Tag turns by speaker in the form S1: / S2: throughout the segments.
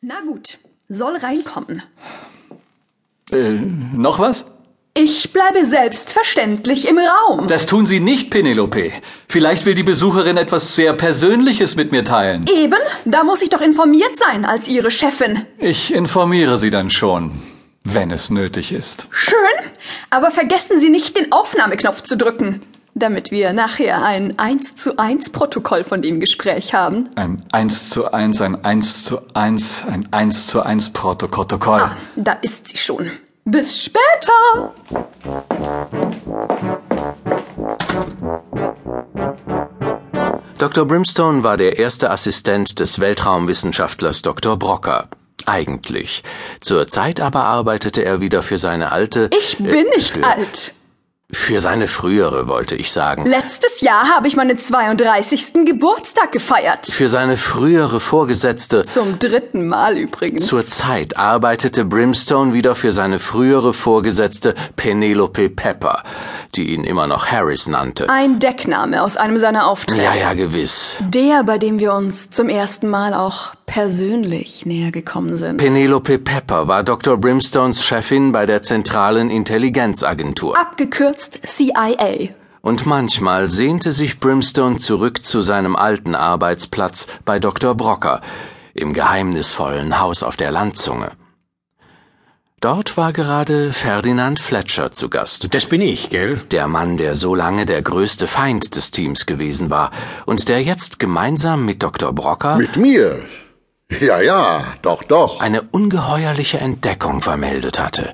S1: Na gut, soll reinkommen.
S2: Äh, noch was?
S1: Ich bleibe selbstverständlich im Raum.
S2: Das tun Sie nicht, Penelope. Vielleicht will die Besucherin etwas sehr Persönliches mit mir teilen.
S1: Eben, da muss ich doch informiert sein als Ihre Chefin.
S2: Ich informiere Sie dann schon, wenn es nötig ist.
S1: Schön, aber vergessen Sie nicht, den Aufnahmeknopf zu drücken, damit wir nachher ein 1 zu 1 Protokoll von dem Gespräch haben.
S2: Ein 1 zu 1, ein 1 zu 1, ein 1 zu 1 Protokoll.
S1: Ah, da ist sie schon. Bis später!
S3: Dr. Brimstone war der erste Assistent des Weltraumwissenschaftlers Dr. Brocker. Eigentlich. Zurzeit aber arbeitete er wieder für seine alte.
S1: Ich bin
S3: äh,
S1: nicht
S3: für,
S1: alt.
S3: Für seine frühere, wollte ich sagen.
S1: Letztes Jahr habe ich meinen 32. Geburtstag gefeiert.
S3: Für seine frühere Vorgesetzte.
S1: Zum dritten Mal übrigens.
S3: Zurzeit arbeitete Brimstone wieder für seine frühere Vorgesetzte Penelope Pepper, die ihn immer noch Harris nannte.
S1: Ein Deckname aus einem seiner Aufträge.
S3: Ja, ja, gewiss.
S1: Der, bei dem wir uns zum ersten Mal auch persönlich näher gekommen sind.
S3: Penelope Pepper war Dr. Brimstones Chefin bei der Zentralen Intelligenzagentur.
S1: Abgekürzt CIA.
S3: Und manchmal sehnte sich Brimstone zurück zu seinem alten Arbeitsplatz bei Dr. Brocker im geheimnisvollen Haus auf der Landzunge. Dort war gerade Ferdinand Fletcher zu Gast,
S4: Das bin ich, gell?
S3: der Mann, der so lange der größte Feind des Teams gewesen war und der jetzt gemeinsam mit Dr. Brocker
S5: Mit mir? Ja, ja, doch, doch.
S3: eine ungeheuerliche Entdeckung vermeldet hatte.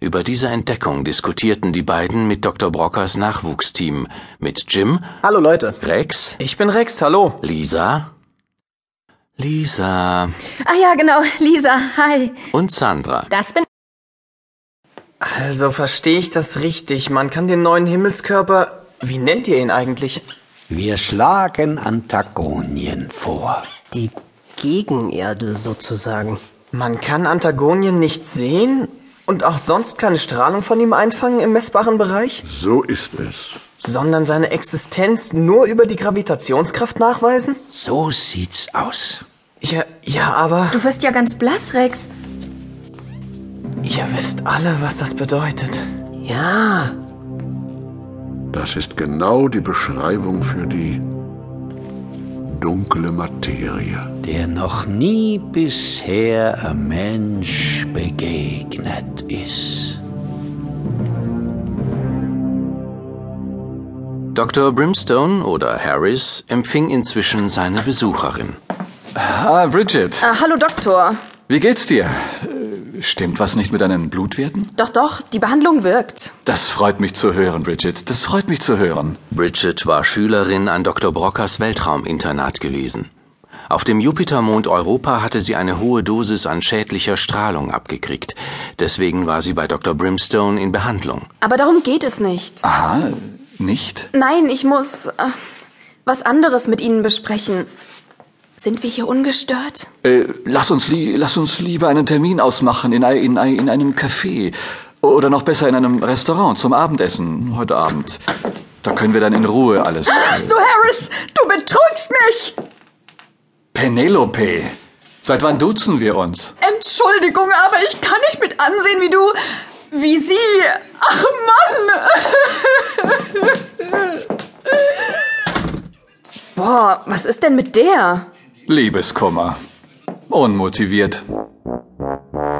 S3: Über diese Entdeckung diskutierten die beiden mit Dr. Brockers Nachwuchsteam, mit Jim,
S6: Hallo Leute.
S3: Rex,
S6: Ich bin Rex, hallo.
S3: Lisa, Lisa
S7: Ah ja, genau. Lisa, hi.
S3: und Sandra.
S7: Das bin
S6: Also verstehe ich das richtig. Man kann den neuen Himmelskörper. Wie nennt ihr ihn eigentlich?
S4: Wir schlagen Antagonien vor.
S8: Die Gegenerde sozusagen.
S6: Man kann Antagonien nicht sehen und auch sonst keine Strahlung von ihm einfangen im messbaren Bereich,
S5: So ist es.
S6: sondern seine Existenz nur über die Gravitationskraft nachweisen?
S4: So sieht's aus.
S6: Ja, ja, aber
S7: Du wirst ja ganz blass, Rex.
S6: ihr wisst alle, was das bedeutet.
S8: Ja,
S5: Das ist genau die Beschreibung für die dunkle Materie.
S4: Der noch nie bisher ein Mensch begegnet ist.
S3: Dr. Brimstone oder Harris empfing inzwischen seine Besucherin.
S2: Ah, Bridget,
S7: Ah, hallo, Doktor.
S2: wie geht's dir? Äh, Stimmt was nicht mit deinen Blutwerten?
S7: Doch, doch, die Behandlung wirkt.
S2: Das freut mich zu hören, Bridget. Das freut mich zu hören.
S3: Bridget war Schülerin an Dr. Brockers Weltrauminternat gewesen. Auf dem Jupitermond Europa hatte sie eine hohe Dosis an schädlicher Strahlung abgekriegt. Deswegen war sie bei Dr. Brimstone in Behandlung.
S7: Aber darum geht es nicht.
S2: Aha, nicht?
S7: Nein, ich muss äh, was anderes mit Ihnen besprechen. Sind wir hier ungestört?
S2: Äh, lass, uns li lass uns lieber einen Termin ausmachen in, ei- in, ei- in einem Café. Oder noch besser in einem Restaurant zum Abendessen heute Abend. Da können wir dann in Ruhe alles.
S1: Du Harris, du betrügst mich!
S2: Penelope, seit wann duzen wir uns?
S1: Entschuldigung, aber ich kann nicht mit ansehen, wie du. wie sie. Ach Mann!
S7: Boah, was ist denn mit der?
S2: Liebeskummer. Unmotiviert.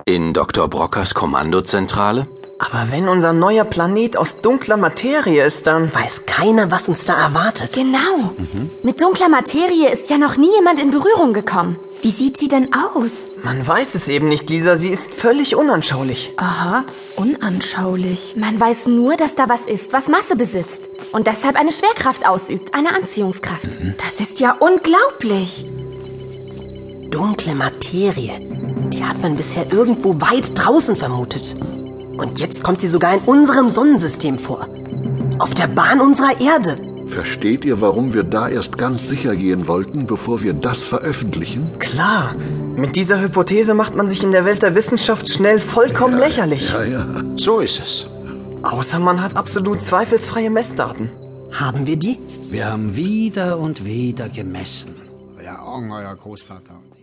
S3: In Dr. Brockers Kommandozentrale?
S6: Aber wenn unser neuer Planet aus dunkler Materie ist, dann.
S8: weiß keiner, was uns da erwartet.
S7: Genau. Mit dunkler Materie ist ja noch nie jemand in Berührung gekommen. Wie sieht sie denn aus?
S6: Man weiß es eben nicht, Lisa. Sie ist völlig unanschaulich.
S7: Aha, unanschaulich. Man weiß nur, dass da was ist, was Masse besitzt. Und deshalb eine Schwerkraft ausübt, eine Anziehungskraft. Das ist ja unglaublich.
S8: Dunkle Materie. Die hat man bisher irgendwo weit draußen vermutet. Und jetzt kommt sie sogar in unserem Sonnensystem vor. Auf der Bahn unserer Erde.
S5: Versteht ihr, warum wir da erst ganz sicher gehen wollten, bevor wir das veröffentlichen?
S6: Klar, mit dieser Hypothese macht man sich in der Welt der Wissenschaft schnell vollkommen lächerlich.
S5: Ja, ja.
S4: So ist es.
S6: Außer man hat absolut zweifelsfreie Messdaten.
S8: Haben wir die?
S4: Wir haben wieder und wieder gemessen. Ja, Augen, oh, euer Großvater und ich.